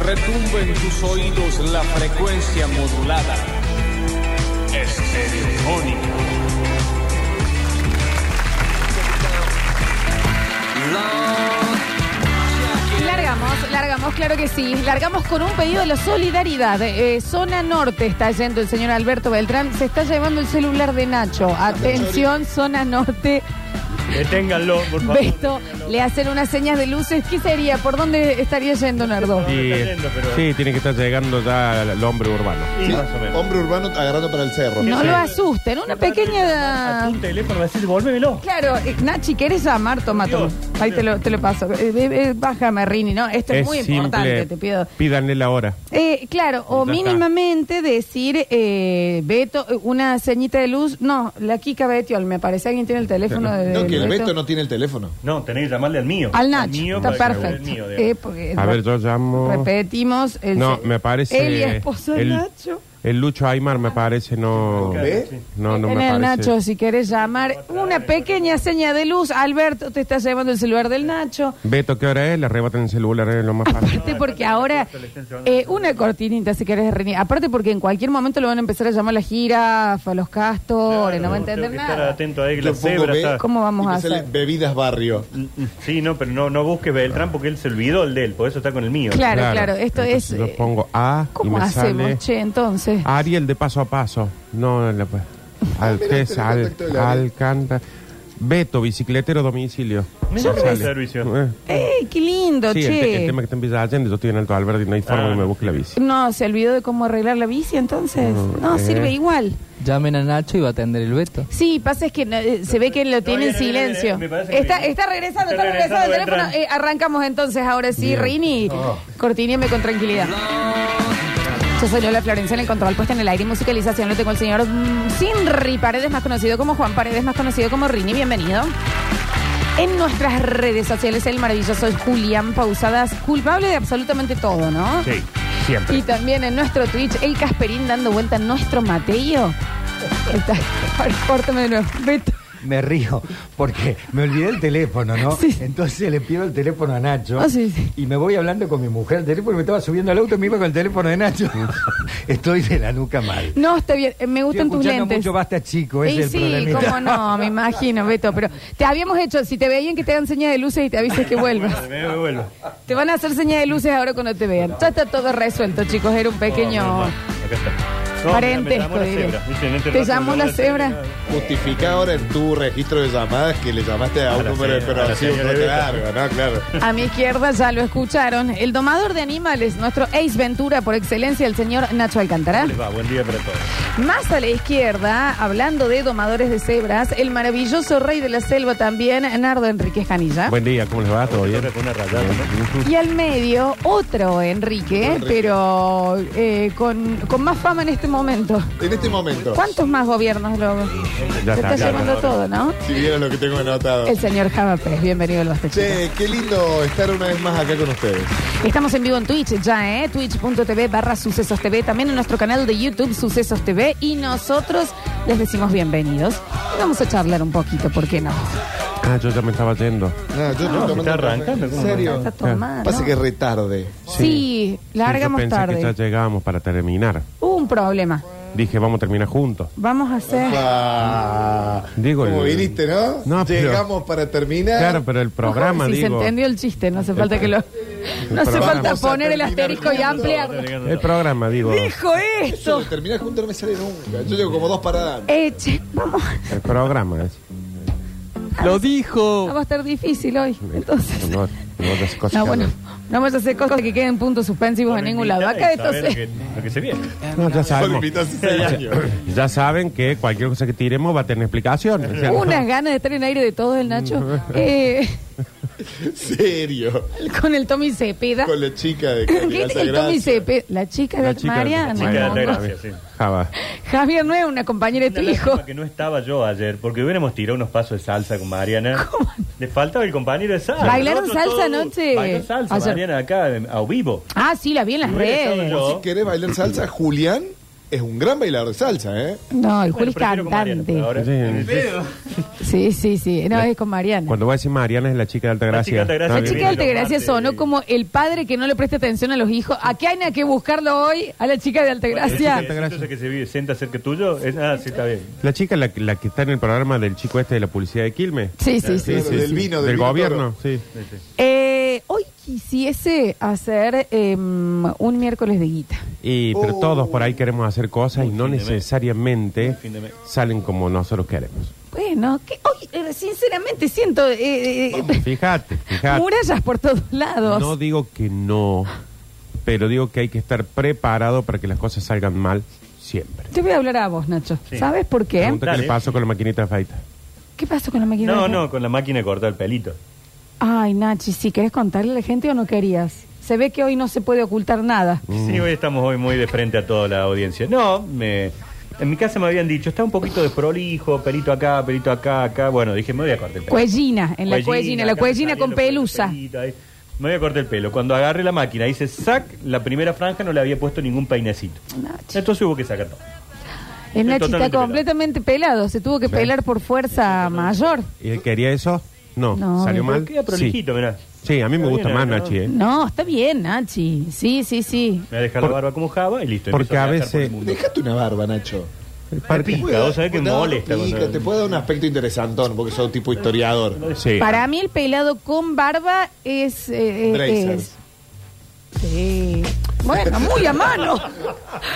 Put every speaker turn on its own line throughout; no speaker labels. retumbe en tus oídos la frecuencia modulada. Estereofónica.
Largamos, largamos, claro que sí. Largamos con un pedido de la solidaridad. Eh, zona Norte está yendo el señor Alberto Beltrán. Se está llevando el celular de Nacho. Atención, Zona Norte.
Deténganlo, por favor.
Beto, le hacen unas señas de luces. ¿Qué sería? ¿Por dónde estaría yendo Nardo?
Sí,
Está yendo, pero-
sí, tiene que estar llegando ya al hombre urbano.
Sí.
Más o menos.
Hombre urbano agarrando para el cerro.
No
sí.
lo asusten. Una pequeña...
A tu teléfono, decís, volvémelo.
Claro, eh, Nachi, ¿querés llamar? Tómatelo.
Dios,
Ahí te lo, te lo paso. Eh, eh, eh, bájame, Rini, ¿no? Esto es, muy importante, te pido.
Pídanle la hora.
Eh, claro, o
Ya está.
mínimamente decir, eh, Beto, eh, una ceñita de luz. No, la Kika Betiol, me parece. ¿Alguien tiene el teléfono de
No, que el
Beto?
Beto no tiene el teléfono.
No, tenés que llamarle al mío.
Al Nacho,
mío
está
para que
perfecto.
me dé el mío,
Eh,
digamos.
porque-
A ver, yo llamo.
Repetimos. el-
No, me parece.
Él y esposo de
el-
Nacho.
El Lucho Aymar me parece, no.
¿Ve?
Sí.
No, no
en
me
el
parece.
Nacho, si querés llamar, una pequeña seña de luz. Alberto, te está llevando el celular del Nacho.
Beto, ¿qué hora es? Le arrebatan el celular, es lo más fácil.
Aparte porque ahora eh, una cortinita si querés Rini. Aparte porque en cualquier momento lo van a empezar a llamar la jirafa, los castores, no va a
Tengo
entender
que Estar
nada.
atento ahí que
Yo
la
pongo
cebra
Be-
está.
¿Cómo vamos
y me
a
sale
hacer?
Bebidas Barrio.
Sí, no, pero no, no busques Beltrán porque él se olvidó el de él, por eso está con el mío.
Claro, claro, esto es,
Entonces
eh,
Yo pongo A. y
¿Cómo
me
hacemos,
sale Ah.
che, entonces?
Ariel de paso a paso. No, la, al
Ah, mira,
Tess,
tiene
al,
contacto del Ariel.
Alcántara. Beto, bicicletero domicilio.
Mira
Ya
qué
sale.
servicio.
Eh.
¡Ey, qué lindo,
Sí, el,
che!
te- el tema que está en Villa Allende, yo estoy en Alto Alberto y no hay forma
Ah.
que me busque la bici.
No, se olvidó de cómo arreglar la bici entonces.
Mm,
no,
eh.
sirve igual.
Llamen a Nacho y va a atender el veto.
Sí, pasa es que no, eh, se ve que lo tiene en
viene, viene,
silencio.
viene, me parece que
Está,
viene.
está regresando, está
Está
regresando el
regresando,
teléfono.
Beltrán.
Eh, arrancamos entonces ahora sí, Rini.
Oh.
Cortíneme con tranquilidad. Yo soy Lola Florencia en el control, puesta en el aire y musicalización. Lo tengo el señor mm, Sinri Paredes, más conocido como Juan Paredes, más conocido como Rini. Bienvenido. En nuestras redes sociales, el maravilloso Julián Pausadas, culpable de absolutamente todo, ¿no?
Sí, siempre.
Y también en nuestro Twitch, el Casperín dando vuelta a nuestro Mateo. Está, Ay, córtame de nuevo. Beto.
Me río porque me olvidé el teléfono, ¿no?
Sí.
Entonces le pido el teléfono a Nacho
Ah, sí, sí.
y me voy hablando con mi mujer. El teléfono me estaba subiendo al auto y me iba con el teléfono de Nacho. Estoy de la nuca mal.
No, está bien. Eh, Me
Estoy
gustan tus
escuchando
lentes.
mucho basta chico, ese
y
es el
sí,
problemita.
cómo no, me imagino, Beto. Pero te habíamos hecho, si te veían que te dan señas de luces y te avises que vuelvas.
Me- me vuelvo.
Te van a hacer señas de luces ahora cuando te vean. Ya está todo resuelto, chicos. Era un
Oh,
pequeño
menos mal. Acá está. No,
parentesco,
mira, me llamó la
diré.
cebra. Viste, en este
Te
rato
llamó
me
la
cebra.
cebra.
Justifica ahora en tu registro de llamadas que le llamaste a
A
un
la
número de
señora, a la
operación
señora Beto.
largo, ¿no? Claro.
A mi izquierda ya lo escucharon. El domador de animales, nuestro Ace Ventura por excelencia, el señor Nacho Alcántara.
Les va, buen día para todos.
Más a la izquierda, hablando de domadores de cebras, el maravilloso rey de la selva también, Nardo Enríquez Canilla.
Buen día, ¿cómo les va? ¿Todo bien?
Ahora con una rayada, ¿no?
Y al medio, otro Enrique,
Enrique.
pero eh, con, con más fama en este momento.
En este momento,
¿Cuántos más gobiernos lo
Ya
se
está,
está
ya
llevando todo, no?
si vieron lo que tengo anotado.
El señor Java Pérez, bienvenido al Basta, chicos.
Che, qué lindo estar una vez más acá con ustedes.
Estamos en vivo en Twitch ya, ¿eh? Twitch.tv barra Sucesos TV. También en nuestro canal de YouTube Sucesos TV. Y nosotros les decimos bienvenidos. Vamos a charlar un poquito, ¿por qué no?
Ah, yo ya me estaba yendo.
No, yo estoy tomando
está
un café.
arrancando,
¿En
¿cómo
serio?
Está todo mal,
Pasa
¿no?
que retarde.
Sí,
yo
largamos
pensé que ya
tarde.
llegábamos para terminar.
Hubo un problema.
Dije, vamos a terminar juntos.
Vamos a hacer.
Ah,
Digo,
como
el-
viniste, ¿no?
No, pero-
Llegamos para terminar.
Claro, pero el programa,
Ojo, Eh, si
digo.
se entendió el chiste, no hace falta que lo. No hace
programa.
falta
Vamos a
poner el
terminar
asterisco y
juntos.
ampliar.
El programa, digo.
¡Dijo
Yo
esto!
de terminar junto no me sale nunca. Yo llevo como dos paradas.
Eh, che, vamos.
El programa es.
¡Lo
Va
dijo!
a estar difícil hoy. Entonces.
No, no, otras cosas.
No, bueno, no vamos a hacer cosas que queden puntos suspensivos en ningún lado. Acá
Saber lo
entonces.
que- Lo que se viene.
No, ya
Solo
sabemos.
invitó hace seis años.
Ya saben que cualquier cosa que tiremos va a tener explicación. O sea, no-
Unas ganas de estar en aire de todo el Nacho. Eh,
serio.
con el Tommy Cepeda.
Con la chica de
¿Qué-
Calidad
El Tommy
Sagrada.
Cepeda. La chica
La
de
chica-
Mariana.
la chica
de
¿no?
Altagracia. Gracias, sí.
Java.
Javier no es una compañera de tu
Una
hijo.
lástima que no estaba yo ayer, porque hubiéramos tirado unos pasos de salsa con Mariana. Le faltaba el compañero de salsa.
¿Bailaron
El otro
salsa
todo-
anoche?
Bailó salsa,
Ayer.
Mariana, acá, en- a vivo.
Ah, sí, la vi en las
Hubiera estado
redes.
yo.
Si querés bailar salsa, Julián es un gran bailador de salsa, ¿eh?
No, el Juli es
prefiero con Mariana,
cantante.
por ahora.
Sí.
En el-
Sí, sí, sí. No, es con Mariana.
Cuando voy a decir Mariana es la chica de
La
Altagracia.
chica de Altagracia
No,
La
que
chica de
viene los
Altagracia
martes
sonó
y-
como el padre que no le presta atención a los hijos. Aquí hay nada que buscarlo hoy a la chica de Altagracia.
Esa cosa Este que se vive, senta cerca tuyo. es- ah, sí, está bien.
La chica, la, la que está en el programa del chico este de la publicidad de Quilmes.
Sí, sí, sí.
Claro, del vino, del
del
vino
gobierno, sí.
Eh, hoy quisiese hacer em, un miércoles de guita.
Y,
Oh.
pero todos por ahí queremos hacer cosas y no necesariamente
fin de mes.
salen como nosotros queremos.
Bueno, que hoy eh, sinceramente siento eh, eh,
Fíjate, fíjate.
murallas por todos lados.
No digo que no, pero digo que hay que estar preparado para que las cosas salgan mal siempre.
Te voy a hablar a vos, Nacho.
Sí.
¿Sabes por qué?
Pregunta qué
Dale.
le pasó con la maquinita de faita.
¿Qué pasó con la máquina?
No,
de-
no, con la máquina de cortar el pelito.
Ay, Nachi, si querés contarle a la gente o no querías. Se ve que hoy no se puede ocultar nada.
Mm.
Sí, hoy estamos hoy muy de frente a toda la audiencia. No, me- en mi casa me habían dicho, está un poquito de prolijo, pelito acá, pelito acá, acá. Bueno, dije, me voy a cortar el pelo.
Cuellina, en la cuellina, la
Pues acá me
cuellina
salía
con
lo- el
pelusa.
pelito ahí. Me voy a cortar el pelo. Cuando agarré la máquina, hice sac, la primera franja no le había puesto ningún peinecito.
Nachi.
Entonces hubo que sacar todo.
El Nachi está
totalmente
completamente pelado. Se tuvo que pelar por fuerza mayor.
¿Y él quería eso? No.
No,
¿Salió
pero
mal?
Queda
Sí.
prolijito, mirá.
Sí, a mí me
Está
gusta
bien,
más,
acá.
Nachi, ¿eh?
No, está bien, Nachi. Sí, sí, sí.
Me voy a dejar la barba como java y listo.
Porque
empiezo
a
viajar por el
veces-
mundo.
Dejate una barba, Nacho.
Para-
Te puede
pica,
dar-
vos sabés que
te da-
molesta
pica,
cuando-
Te puede dar un aspecto interesantón, porque sos tipo historiador.
Sí.
Para mí el pelado con barba es... eh, eh,
Dreiser.
es- Sí. Bueno, muy a mano.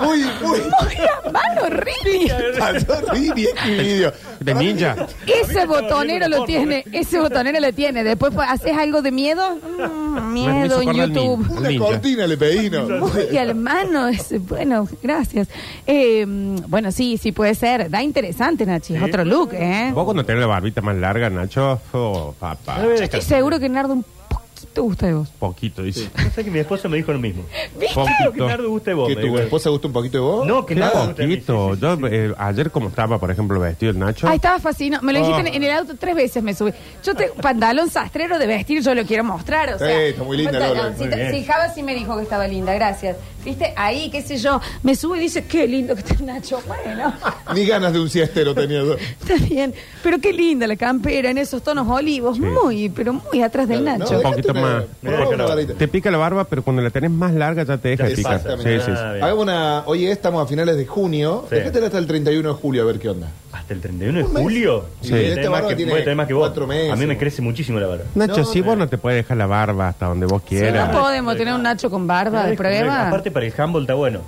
Muy, muy.
Muy a mano, Rini.
Pasó Rini este video.
De ninja.
Ese botonero
viendo
lo
porno,
tiene, ese botonero lo tiene. Después pues, haces algo de miedo, Mm, miedo
hizo
en
acordar
YouTube.
Al
Una
ninja.
cortina le pedí, ¿no?
Muy hermano, ese. bueno, gracias. Eh, bueno, sí, sí puede ser. Da interesante, Nachi, es otro look, ¿eh?
Vos cuando tenés la barbita más larga, Nacho, oh, papá.
Me voy a dejar.
Estoy seguro que Nardo un poquito gusta de vos.
Poquito, dice.
No sé que mi esposa me dijo lo mismo.
¿Viste?
Claro que
Poquito.
Nardo gusta de vos.
¿Que
me
tu
dijo.
esposa gusta un poquito de vos?
No, que
Qué
Nardo gusta de mí,
poquito.
sí, sí,
Yo,
sí.
eh, ayer como estaba, por ejemplo, vestido el Nacho.
Ah, estaba fascinado. Me lo dijiste en- en el auto tres veces, me subí. Yo tengo pantalón sastrero de vestir, yo lo quiero mostrar. O sea,
Eh, está muy linda,
un
Lola.
pantaloncito.
Muy bien.
Sí, Java sí me dijo que estaba linda, gracias. Viste, ahí, qué sé yo, me subo y dice, qué lindo que está Nacho. Bueno,
Ni ganas de un siestero tenía yo.
está bien. Pero qué linda la campera en esos tonos olivos, muy, pero muy atrás del
Claro, no,
Nacho.
dejate
poquito
una-
más.
por favor, una barbita.
Te pica la barba, pero cuando la tenés más larga ya te deja
Te
de picar.
pasa,
Sí, sí,
Ah,
sí.
bien.
Hago una. Hoy estamos a finales de junio.
Sí.
Dejátela hasta el 31 de julio a ver qué onda.
Hasta el 31 de
Un mes.
julio.
Sí.
Voy a
Este
tener más
varón
que,
tiene
voy a tener más que vos.
cuatro meses.
A mí me crece muchísimo la barba.
Nacho,
No,
si vos no te puedes dejar la barba hasta donde vos quieras.
no podemos tener un Nacho con barba de prueba.
Aparte para el handball está bueno.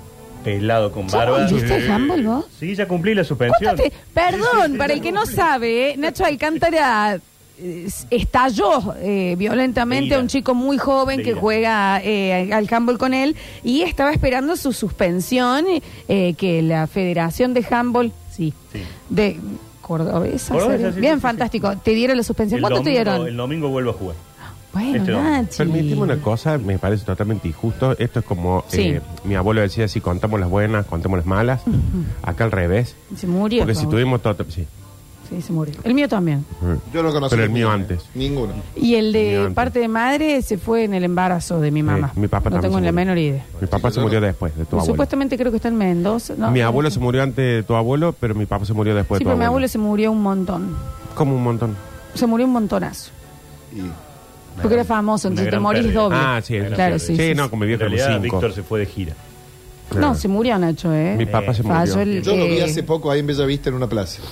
Pelado con
¿Ya
barba.
volviste al
Sí.
handball, vos?
Sí, ya cumplí la suspensión.
Cuéntate, perdón, para el que no sabe, eh, Nacho Alcántara eh, estalló eh,
De
violentamente
ira.
a un chico muy joven
De
que
ira.
juega eh, al handball con él y estaba esperando su suspensión eh, que la Federación de Handball, sí,
Sí.
de Cordobesa,
Cordobesa,
¿sería?
sí, sí,
bien
sí,
fantástico, te dieron la suspensión,
El
¿cuánto te
domingo-
dieron?
El domingo vuelvo a jugar.
Bueno,
este domingo.
Nachi.
Permitime una cosa, me parece totalmente injusto. Esto es como
Sí.
eh, mi abuelo decía: si contamos las buenas, contamos las malas. Acá al revés.
Se murió.
Porque
por
si
favor.
tuvimos todo. Sí.
Sí, se murió. El mío también.
Yo no conocí.
Pero el mío
ninguno,
antes.
¿eh? Ninguno.
Y el
Mío
de
antes.
parte de madre se fue en el embarazo de mi mamá.
Sí, mi papá
no
también
tengo
se
ni la
murió.
menor idea.
Mi papá se murió después de tu abuelo.
Supuestamente creo que está en Mendoza. No,
mi abuelo se murió antes de tu abuelo, pero mi papá se murió después
Sí,
de tu
pero mi
abuelo.
abuelo se murió un montón.
Como un montón.
Se murió un montonazo.
Y
Porque era famoso,
una
entonces te
gran
morís
pérdida.
doble.
Ah, sí, eso
claro,
sí.
sí. sí,
no,
sí.
con mi
En
viejo era
realidad,
un cinco.
Víctor se fue de gira.
No, se murió Nacho, ¿eh?
Mi papá se murió.
Falló el-
Yo lo vi
eh,
hace poco ahí en Bella Vista en una plaza.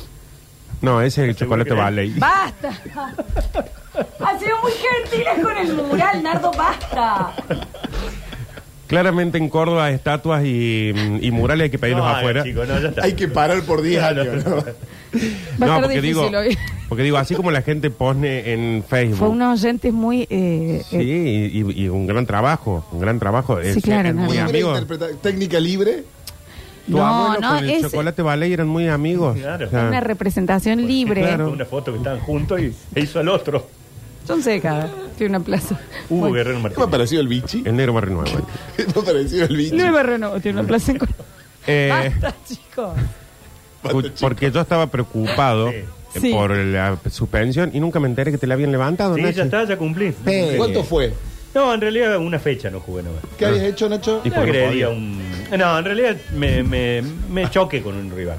No, ese es el
Seguro
chocolate
que-
vale.
¡Basta! ha sido muy gentiles con el mural, Nardo, basta.
Claramente en Córdoba estatuas y, y murales hay que pedirlos
No,
afuera.
chico, no, ya está.
Hay que parar por 10 años, ¿no?
Va a
No,
estar
porque digo,
difícil hoy.
porque digo, así como la gente pone en Facebook.
Fue unos oyentes muy... eh,
Sí,
eh,
y, y- y un gran trabajo, un gran trabajo.
Sí, claro, no.
muy
Libre
amigo.
interpreta- técnica libre.
Tu
no,
abuelo
no,
con el
es
chocolate ballet eran muy amigos.
Claro.
O sea,
una representación libre.
Claro.
Una foto que estaban juntos y se hizo al otro.
Son secas, tiene una plaza.
Hugo
Bueno.
Guerrero
¿Qué me ha
Martínez.
parecido el bichi?
el negro barrio nuevo.
¿Qué me ha parecido el bichi?
No, el barrio no, tiene una plaza en Córdoba.
Eh,
Basta, chicos.
escu- porque yo estaba preocupado eh,
Sí.
por la suspensión y nunca me enteré que te la habían levantado.
Sí,
Nachi.
ya está, ya cumplí.
¿Cuánto fue?
No, en realidad una fecha no jugué nomás.
¿Qué habías hecho, Nacho?
Y
Yo
porque
agregaría
podía.
un, No, en realidad me, me, me choqué con un rival.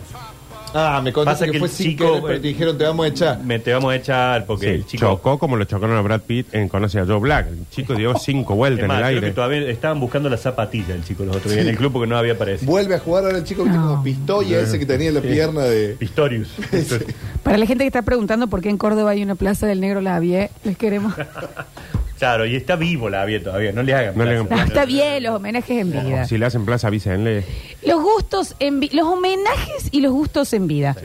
Ah, me
Pasa
contaste que,
que el
fue sin
chico,
querer, pero
eh,
te dijeron te vamos a echar.
Me te vamos a echar porque
Sí,
el chico.
Chocó como lo chocaron a Brad Pitt en Conoce a Joe Black. El chico dio cinco
Es
vueltas
más,
en el
creo
aire.
que todavía estaban buscando la zapatilla el chico los otros días
Sí.
en el club porque no había aparecido.
Vuelve a jugar ahora el chico, viste, como Pistoia ese que tenía en la pierna de.
Pistorius.
Para la gente que está preguntando por qué en Córdoba hay una plaza del Negro Lavie, les queremos.
Claro, y está vivo la había todavía. No le hagan.
No le hagan
No,
plaza.
está bien, los homenajes en vida.
Si le hacen plaza, avísenle.
Los gustos en vi- los homenajes y los gustos en vida.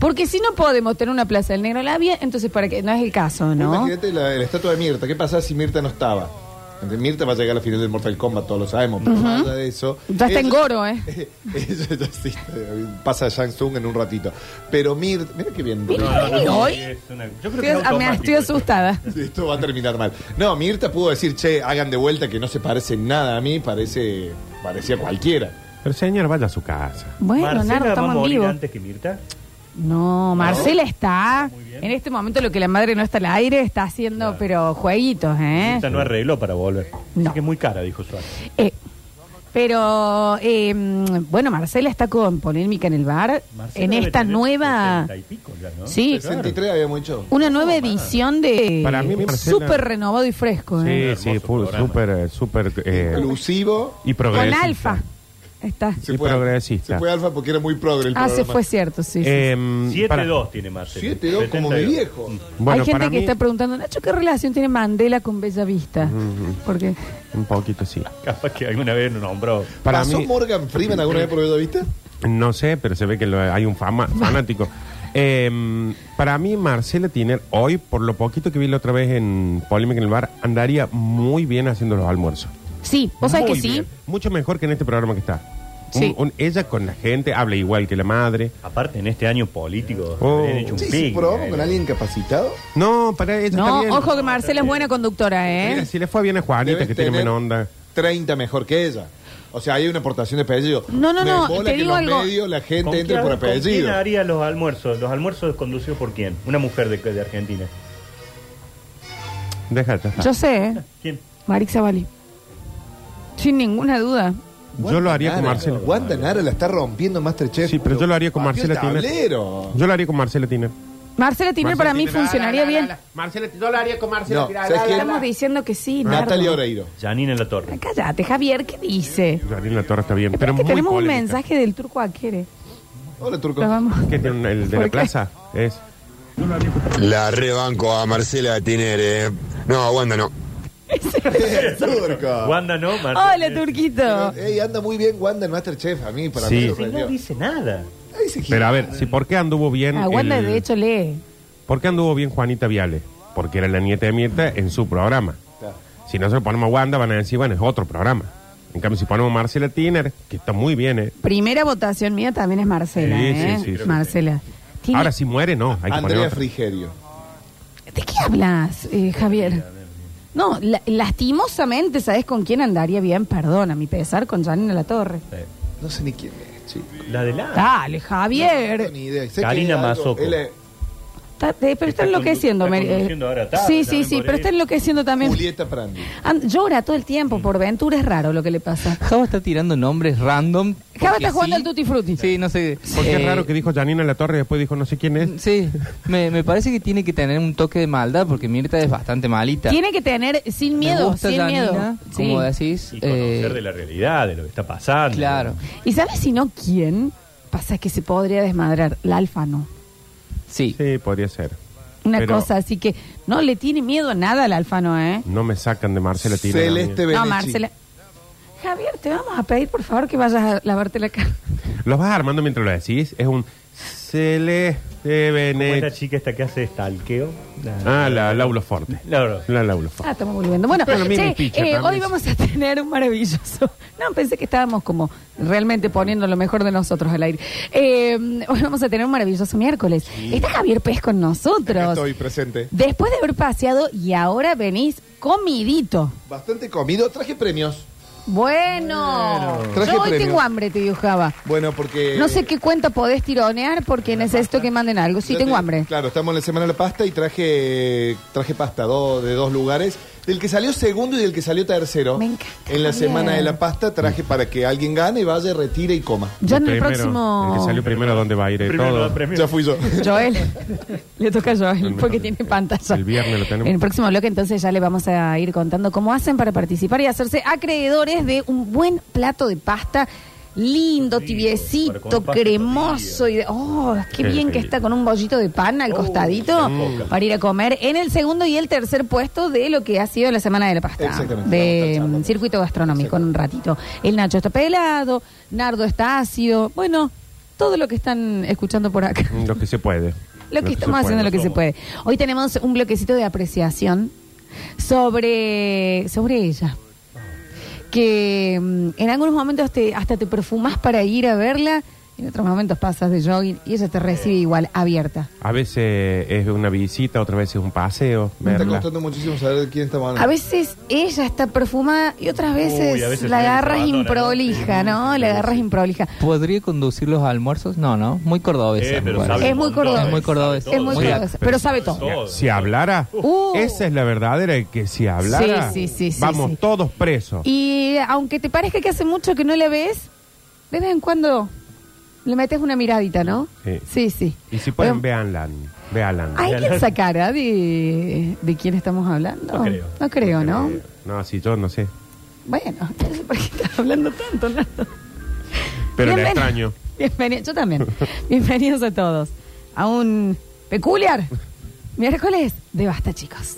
Porque si no podemos tener una plaza del Negro Labia, entonces para que no es el caso, ¿no?
Imagínate la, la estatua de Mirta. ¿Qué pasa si Mirta no estaba? Entonces, Mirta va a llegar a la final del Mortal Kombat, todos lo sabemos, pero más allá de eso.
Ya está en
ella-
Goro, ¿eh?
ella ya sí, eh, pasa a Shang Tsung en un ratito. Pero Mirta, mira qué bien.
Mira.
No, no, no,
¿Hoy?
es una- yo creo que
Estoy,
es
ah, me-
automático
estoy
esto.
asustada.
Esto va a terminar mal. No, Mirta pudo decir, che, hagan de vuelta que no se parece nada a mí, parece, parecía cualquiera.
Pero señor, vaya a su casa.
Bueno,
Marcela
Nardo,
va a
estamos en
morir
vivo.
antes que Mirta.
No, Marcela está. En este momento lo que la madre no está al aire está haciendo, pero jueguitos, ¿eh?
Mirta no arregló para volver.
No.
Dice que es muy cara, dijo Suárez.
Eh, pero, eh, mm, bueno, Marcela está con polémica en el bar,
Marcela
en
debe
esta
tener
nueva...
60 y pico ya, ¿no?
Sí,
63 habíamos hecho.
una nueva edición de...
Para mí, Marcela-
Súper renovado y fresco, ¿eh?
Hermoso
Sí, sí, pu-
programa.
súper, eh, súper. eh,
Inclusivo.
y
Con
progresista.
Alfa. Está.
Se
Y
fue-
progresista.
Se fue alfa porque era muy progre el
Ah, se
programa.
fue cierto, sí. sí, sí.
Em, para-
7-2 tiene Marcela.
7-2 como mi
72.
viejo.
Bueno,
Hay gente
para
que
mí,
está preguntando, Nacho, ¿qué relación tiene Mandela con Bella Vista? Porque
un poquito sí.
Capaz que alguna vez nos nombró.
Para
¿Pasó
mí,
Morgan Freeman alguna vez por lo viste?
no sé, pero se ve que lo- hay un fama- fanático. Em, para mí, Marcela Tiner, hoy, por lo poquito que vi la otra vez en Polémica en el Bar, andaría muy bien haciendo los almuerzos.
sí, vos sabés que
Muy
sí.
bien. Mucho mejor que en este programa que está. Un-
Sí.
un- ella con la gente habla igual que la madre.
Aparte, en este año político,
Oh.
habían hecho un
Sí, sí,
picnic,
probamos
eh.
con alguien capacitado.
No, para ella está
No,
bien.
ojo que Marcela es buena conductora,
Mira,
¿eh?
si le fue bien a Juanita,
Debes
que tiene
tener
menos onda.
30 mejor que ella. O sea, hay una aportación de apellido.
No, no,
Me
no,
embola
te
que
digo
los
algo.
medios la
¿Con
gente
qué-
entre por
con
apellido.
quién haría los almuerzos? ¿Los almuerzos conducidos por quién? Una mujer de, de Argentina.
Déjate. está.
Yo sé, ¿eh?
¿Quién?
Marixa Bali. Sin ninguna duda.
Yo lo haría con
Nara.
Marcela.
Wanda Nara la está rompiendo Masterchef.
Sí, pero yo lo haría con
Partió
Marcela
el
Tiner.
tablero.
Yo lo haría con Marcela Tiner.
Marcela Tiner
Marcela
para mí
Tiner, la,
funcionaría
la, la,
bien.
la, la. Marcela, yo lo haría con Marcela
No,
Tiner. la,
¿sabes
la,
quién?
la.
Estamos diciendo que sí, Nardo.
Natalia Oreiro.
Janine en la torre.
Cállate, Javier, ¿qué dice?
Janine La Torre está bien,
Pero
pero
es que
muy
tenemos
polémica.
un mensaje del turco Aquere.
Hola, Turco.
Lo vamos.
¿Qué tiene el de
¿Por
la
qué?
plaza? Es.
La rebanco a Marcela Tiner, eh. No, Wanda no.
Turco.
Wanda no, Marcela.
Hola, Turquito.
Ey, anda muy bien Wanda en Masterchef. A mí, para
Sí.
mí, me
Si
sorprendió.
no dice nada.
Ahí se
Pero
gira.
a ver, si por qué anduvo bien.
Aguanta,
el-
Ah, de hecho, lee.
¿Por qué anduvo bien Juanita Viale? Porque era la nieta de Mirta en su programa.
Está.
Si nosotros ponemos a Wanda, van a decir, bueno, es otro programa. En cambio, si ponemos a Marcela Tiner, que está muy bien, ¿eh?
Primera votación mía también es Marcela,
Sí,
¿eh?
sí, sí, creo que
Marcela. Tiene-
Ahora si muere, no. Hay que poner
Andrea
otra.
Frigerio.
¿De qué hablas, eh, Javier? No, la- lastimosamente, ¿sabes con quién andaría bien? Perdón, a mi pesar, con Janina La Torre.
No sé ni quién es, chico.
La de
Ah,
la.
Dale,
No tengo
Javier.
ni idea. Sé
Karina
que algo-
Mazzocco.
él es-
Está- te- pero está
Está
enloqueciendo.
condu- está
Meri- eh.
conduciendo ahora tarde,
sí, sí,
también
sí,
por
pero
ahí.
está enloqueciendo también.
Julieta Prandi.
And- llora todo el tiempo por Ventura, es raro lo que le pasa.
Java está tirando nombres random.
Java
porque
está jugando
sí.
al Tutti Frutti.
Sí, no sé.
Porque
eh,
es raro que dijo Janina La Torre y después dijo no sé quién
Mm.
es.
Sí, me, me parece que tiene que tener un toque de maldad porque Mirta es bastante malita.
Tiene que tener sin
Me
miedo,
gusta
sin
Janina,
miedo.
Como
Sí.
decís.
Y conocer
eh,
de la realidad, de lo que está pasando.
Claro.
¿Y sabes si no quién? Pasa que se podría desmadrar. La Alfano.
Sí.
Sí, podría ser.
Una
Pero
cosa, así que no le tiene miedo a nada al Alfano, ¿eh?
No me sacan de Marcela Tiner. a mí.
Celeste
No,
Benechi.
Marcela. Javier, te vamos a pedir, por favor, que vayas a lavarte la cara.
Los vas armando mientras lo decís. Es un Celeste
Como esta
Benet.
chica esta que hace stalkeo.
Eh. Ah, la Laulo Forte.
Lauro.
La Laulo Forte.
Ah, estamos volviendo. Bueno,
Pero lo mismo
che,
en Picha
eh,
también.
hoy vamos a tener un maravilloso. No, pensé que estábamos como realmente poniendo lo mejor de nosotros al aire. Eh, hoy vamos a tener un maravilloso miércoles. Está Javier Pez con
Acá
nosotros.
Estoy presente.
Después de haber paseado y ahora venís comidito.
Bastante comido. Traje premios.
Bueno,
Traje
yo hoy
premios.
tengo hambre, te digo Java.
Bueno, porque.
No sé qué cuenta podés tironear porque necesito que manden algo. Sí,
Yo
tengo
Eh, te-
hambre.
Claro, estamos en la semana de la pasta y traje traje pasta dos, de dos lugares. Del que salió segundo y del que salió tercero.
Me encanta,
En la
Javier.
semana de la pasta traje para que alguien gane y vaya, retire y coma.
Ah, Ya en el
Primero, El que
próximo.
salió primero, ¿dónde va a ir? eh,
Primero
todo.
da premio.
Ya fui yo.
Joel. Le toca a Joel porque tiene
El-
pantalla.
el viernes lo tenemos.
En el próximo bloque entonces ya le vamos a ir contando cómo hacen para participar y hacerse acreedores de un buen plato de pasta lindo,
Rico, para
tibiecito,
comer pasta
cremoso y de- oh, qué
Qué
bien que
delicia.
está con un bollito de pan al
Oh,
costadito
qué rico.
para ir a comer en el segundo y el tercer puesto de lo que ha sido la semana de la pasta
Exactamente. Vamos a
de
estar
mm,
charlando.
circuito gastronómico en un ratito. El Nacho está pelado, Nardo está ácido, bueno, todo lo que están escuchando por acá.
Mm, Lo que se puede.
Lo que
se
estamos haciendo
puede.
lo que se
somos.
puede. Hoy tenemos un bloquecito de apreciación sobre, sobre ella. Que mm, en algunos momentos te, hasta te perfumas para ir a verla, y en otros momentos pasas de jogging y ella te recibe igual, abierta.
A veces es una visita, otra vez es un paseo.
Me está
verla.
costando muchísimo saber de quién está hablando.
A veces ella está perfumada y otras veces,
a veces
la
se
agarras
abandona, ¿no?
improlija, ¿no? La agarras improlija.
¿Podría conducir los almuerzos? No, no. Muy cordobesa.
Eh, pero
me parece.
sabe
Es muy
un montón,
cordobés.
Es muy cordobés.
sabe
Es muy
todo.
Sí,
cordobés, pero sabe todo.
todo.
Si hablara,
Uh.
esa es la verdadera, que si hablara,
Sí, sí, sí, sí,
vamos
sí.
todos presos.
Y aunque te parezca que hace mucho que no la ves, de vez en cuando le metes una miradita, ¿no?
Sí.
Sí, sí.
Y si pueden,
Bueno,
véanla. Véanla.
¿Hay quien sacara de, de quién estamos hablando?
No creo.
No creo, ¿no?
No, si yo no sé.
Bueno, entonces, ¿por qué estás hablando tanto, Nardo?
Pero la
Bienveni-
extraño.
Bienveni- yo también. Bienvenidos a todos a un peculiar miércoles de basta, chicos.